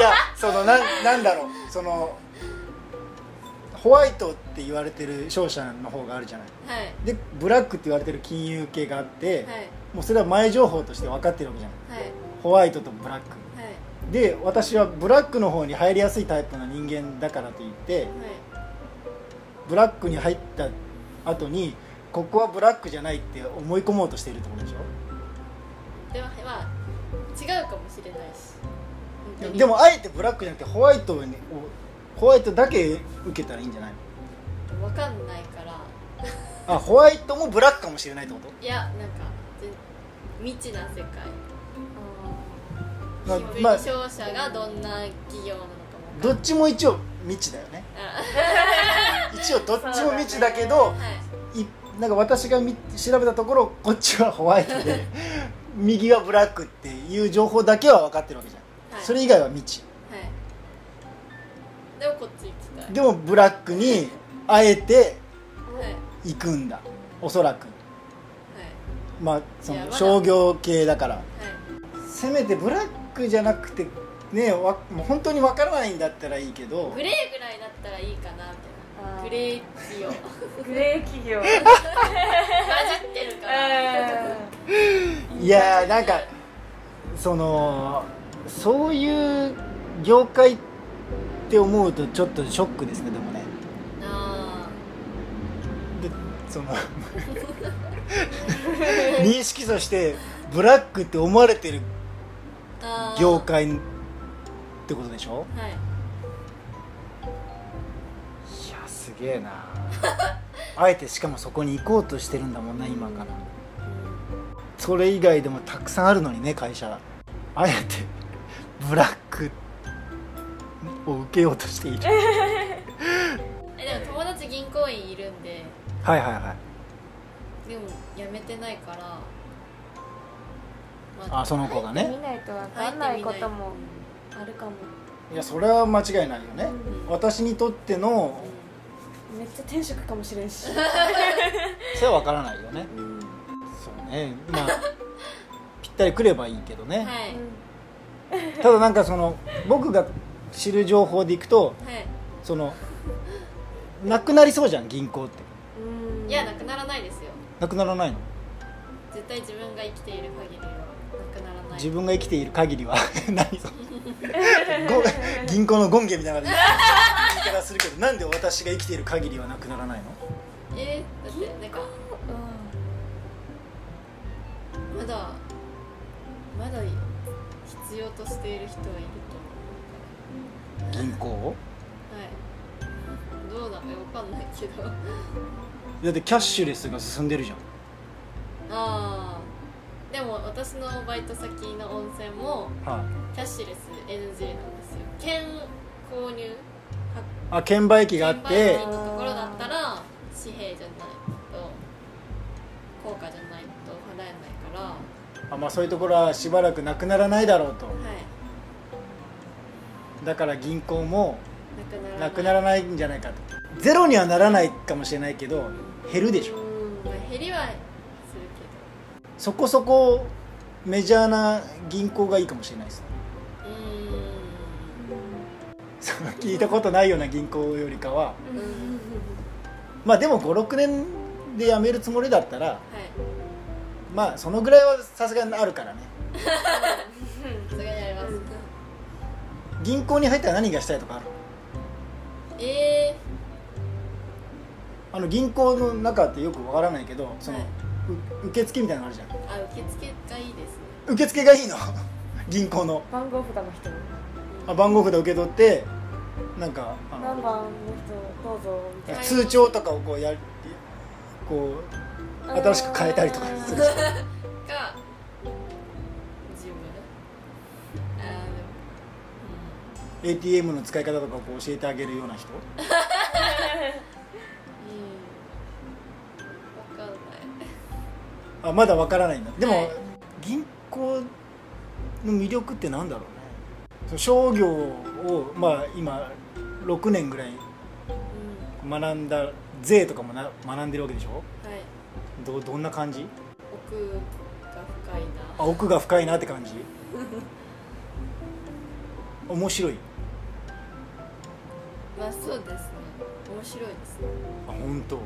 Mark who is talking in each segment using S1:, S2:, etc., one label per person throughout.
S1: やそのなんなんだろうそのホワイトって言われてる商社の方があるじゃない
S2: はい
S1: でブラックって言われてる金融系があって、
S2: はい
S1: もうそれは前情報として分かってるわけじゃない
S2: はい
S1: ホワイトとブラック
S2: はい
S1: で私はブラックの方に入りやすいタイプの人間だからといってブラックに入った後にここはブラックじゃないって思い込もうとしているってことでしょ
S2: ではまあ違うかもしれないし本当に
S1: でもあえてブラックじゃなくてホワイトにホワイトだけ受けたらいいんじゃないの
S2: わかんないから
S1: あホワイトもブラックかもしれないってこ
S2: いやなんかぜ未知な世界
S1: と、まあ
S2: 新
S1: まあ
S2: 聞商社がどんな企業なのかもわかん
S1: ど
S2: ない
S1: っちも一応未知だよね
S2: あ
S1: 一応どっちも未知だけど
S2: はい
S1: いなんか私がみ調べたところこっちはホワイトで 右はブラックっていう情報だけは分かってるわけじゃん、
S2: はい
S1: それ以外は未知
S2: はいでもこっち行きたい
S1: でもブラックにあえて
S2: はいはい
S1: 行くんだおそらくまあその商業系だから
S2: は
S1: せめてブラックじゃなくてねわもう本当に分からないんだったらいいけど
S2: いグレーぐらいだったらいいかなみたい
S3: あ
S2: な
S3: ー
S2: グレー企業混
S3: グレー企 業
S2: じってるから
S1: いやーなんかそのそういう業界って思うとちょっとショックですねでもね
S2: あ
S1: でその認識としてブラックって思われてる
S2: ーあー
S1: 業界ってことでしょ
S2: はい
S1: いやすげえな あえてしかもそこに行こうとしてるんだもんな今からそれ以外でもたくさんあるのにね会社あえてブラックを受けようとしている
S2: えでも友達銀行員いるんで
S1: はいはいはい
S2: でも辞めてないから、ま
S1: あその子がね
S3: 見ないとわかんないこともあるかも
S1: いやそれは間違いないよね
S2: うん
S1: 私にとっての
S3: めっちゃ転職かもしれんし
S1: それは分からないよね
S2: うん
S1: そうねまあぴったりくればいいけどね、
S2: はい、
S1: ただなんかその僕が知る情報でいくと
S2: はい
S1: そのなくなりそうじゃん銀行って
S3: うん
S2: いやなくならないですよ
S1: なくならないの
S2: 絶対自分が生きている限りはなくならない
S1: 自分が生きている限りは 何 そのご銀行のゴンゲみたいな言い方するけどなんで私が生きている限りはなくならないの
S2: えー、だってなんか
S3: う
S2: まだまだ必要としている人はいると
S1: 銀行を
S2: 思うはいどうなのよわかんないけど
S1: だってキャッシュレスが進んでるじゃん
S2: ああでも私のバイト先の温泉も
S1: はい、
S2: キャッシュレス NG なんですよ券購入
S1: あ券売機があっ
S2: 券
S1: て
S2: 売機のところだったら紙幣じゃないと硬貨じゃないと払えないからは
S1: あ、まあ、そういうところはしばらくなくならないだろうと
S2: い
S1: だから銀行も
S2: なくならない
S1: なくならないんじゃないかとゼロにはならないかもしれないけど減るでしょ
S2: まあ減りはする
S1: そこそこメジャーな銀行がいいかもしれないですね
S2: けどう
S1: その聞いたことないような銀行よりかは
S2: ーんうん
S1: まあでも56年で辞めるつもりだったら
S2: はい
S1: まあそのぐらいはさすがにあるからね
S2: それやります
S1: 銀行に入ったら何がしたいとかある
S2: え
S1: あの銀行の中ってよくわからないけどその、
S2: はいう
S1: 受付みたいなのあるじゃ
S2: ー、あ受付がいいですね
S1: ん受付がいいの 銀行の
S3: ん番号札の人
S2: うん
S1: あ番号札受け取ってなんかあの
S3: 何番の人どうぞみたい
S2: はい
S1: 通帳とかをこうやるこう
S3: な
S1: 新しく変えたりとかする
S2: か自分あーでも
S1: ATM の使い方とかをこう教えてあげるような人
S2: うんわかんない
S1: あまだわからないんだでも、
S2: はい
S1: 銀行の魅力ってなんだろうねその商業をまあ今6年ぐらい
S2: うん
S1: 学んだ税とかもな学んでるわけでしょ
S2: はい
S1: どどんな感じ
S2: 奥が深いな
S1: あ奥が深いなって感じ面白い
S2: まあそうですね面白いですね、
S1: あ本当
S2: う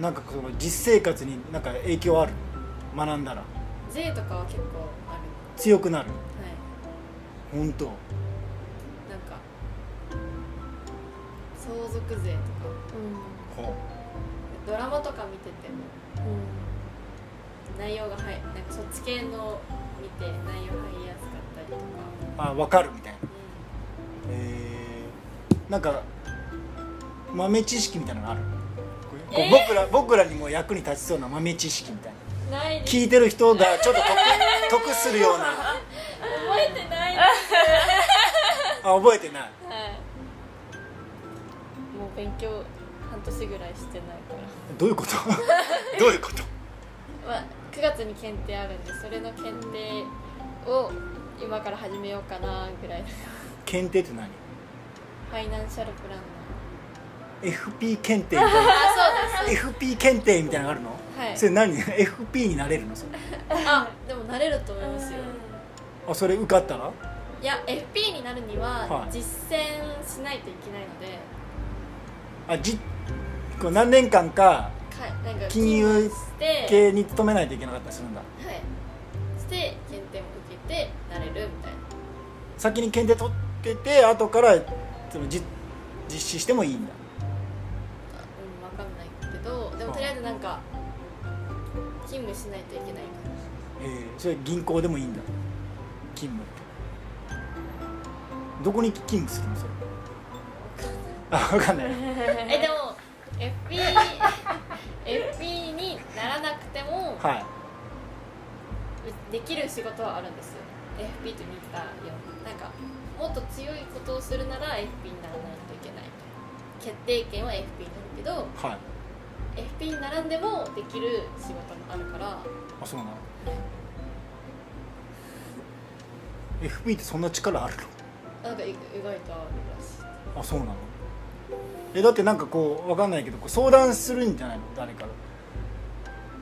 S1: なんかその実生活になんか影響ある学んだら
S2: ん、税とかは結構ある
S1: 強くなる
S2: はい
S1: 本当
S2: なんか相続税とか
S1: ほ
S2: ドラマとか見てても
S3: うんうん
S2: 内容がはいなんかそっち系の見て内容入りやすかったりとか、
S1: うあ分かるみたいな
S2: う
S1: えー、なんか豆知識みたいなのあるこう
S2: えー、
S1: 僕ら僕らにも役に立ちそうな豆知識みたいなん
S2: ないです
S1: 聞いてる人がちょっと得得するような
S2: 覚えてないです
S1: あ覚えてない
S2: はいもう勉強半年ぐらいしてないから、
S1: どういうこと どういうこと
S2: まあ、9月に検定あるんでそれの検定を今から始めようかなぐらいです
S1: 検定って何
S2: ファイナンシャルプランナー
S1: FP 検定みたいな
S2: あそうです
S1: FP 検定みたいなのがあるの、
S2: はい
S1: それ何 FP になれるのそれ
S2: あでも慣れると思いますよ
S1: あそれ受かったら
S2: いや FP になるに
S1: は
S2: はい実践しないといけないので、
S1: あじこう何年間か
S2: かなんか
S1: 金融
S2: して
S1: 経営に勤めないといけなかったりするんだ
S2: はいして検定を受けてなれるみたいな
S1: 先に検定取ってて後からそのじ実施してもいいんだ
S2: うんわかんないけどでも
S1: あ
S2: とりあえずなんか勤務しないといけないか
S1: えーそれ銀行でもいいんだ勤務ってどこに勤務するのそれあ分かんない
S2: らえでも FP FP にならなくても
S1: はい
S2: できる仕事はあるんですよ FP と似たようななんかもっと強いことをするなら FP にならないといけない決定権は FP になる
S1: はい
S2: けど FP に並んでもできる仕事もあるから
S1: あそうなの FP ってそんな力ある
S2: なんかい意外とあるらしい
S1: のあそうなのえだってなんかこう分かんないけどこう相談するんじゃないの誰かが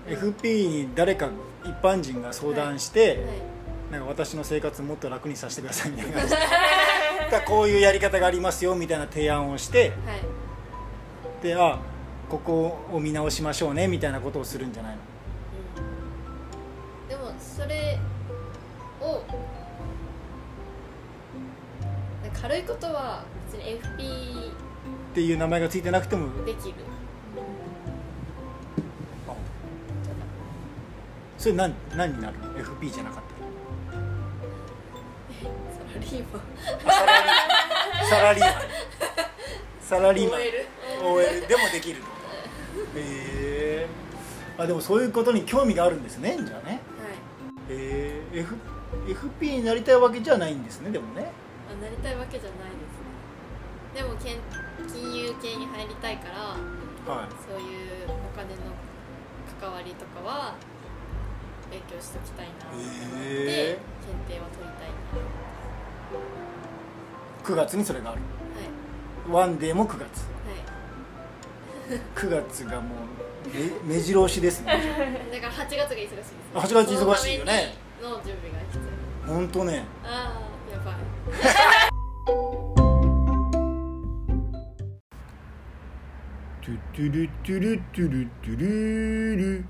S1: FP に誰か一般人が相談して、
S2: はい
S1: なんか私の生活もっと楽にさせてくださいみたいな 感じでだからこういうやり方がありますよみたいな提案をして
S2: はい
S1: であここを見直しましょうねみたいなことをするんじゃないの
S2: うんでもそれをなんか軽いことは別に FP
S1: っていう名前がついてなくても
S2: できる
S1: あそれ何何になるの FP じゃなかっ
S2: サラリーマン
S1: たらあサラリーマンサラリーマンサラリーマン
S2: OL
S1: OL でもできるのへえあでもそういうことに興味があるんですねじゃあね
S2: はい
S1: えー F FP になりたいわけじゃないんですねでもね
S2: あなりたいわけじゃないですねでもけん金融系に入りたいから
S1: は
S2: そういうお金の関わりとかは勉強しときたいなと思って
S1: へえ
S2: 検定は取りたい
S1: い9月にそれがある
S2: な
S1: ワンデーも9月9月がもうめ目白押しですね
S2: はいはいだから8月が忙しいです
S1: 8月忙しいよね
S2: そのためにの準備が必要
S1: 本当ね
S2: ああやばい
S1: トゥトゥルトゥルトゥルトゥルル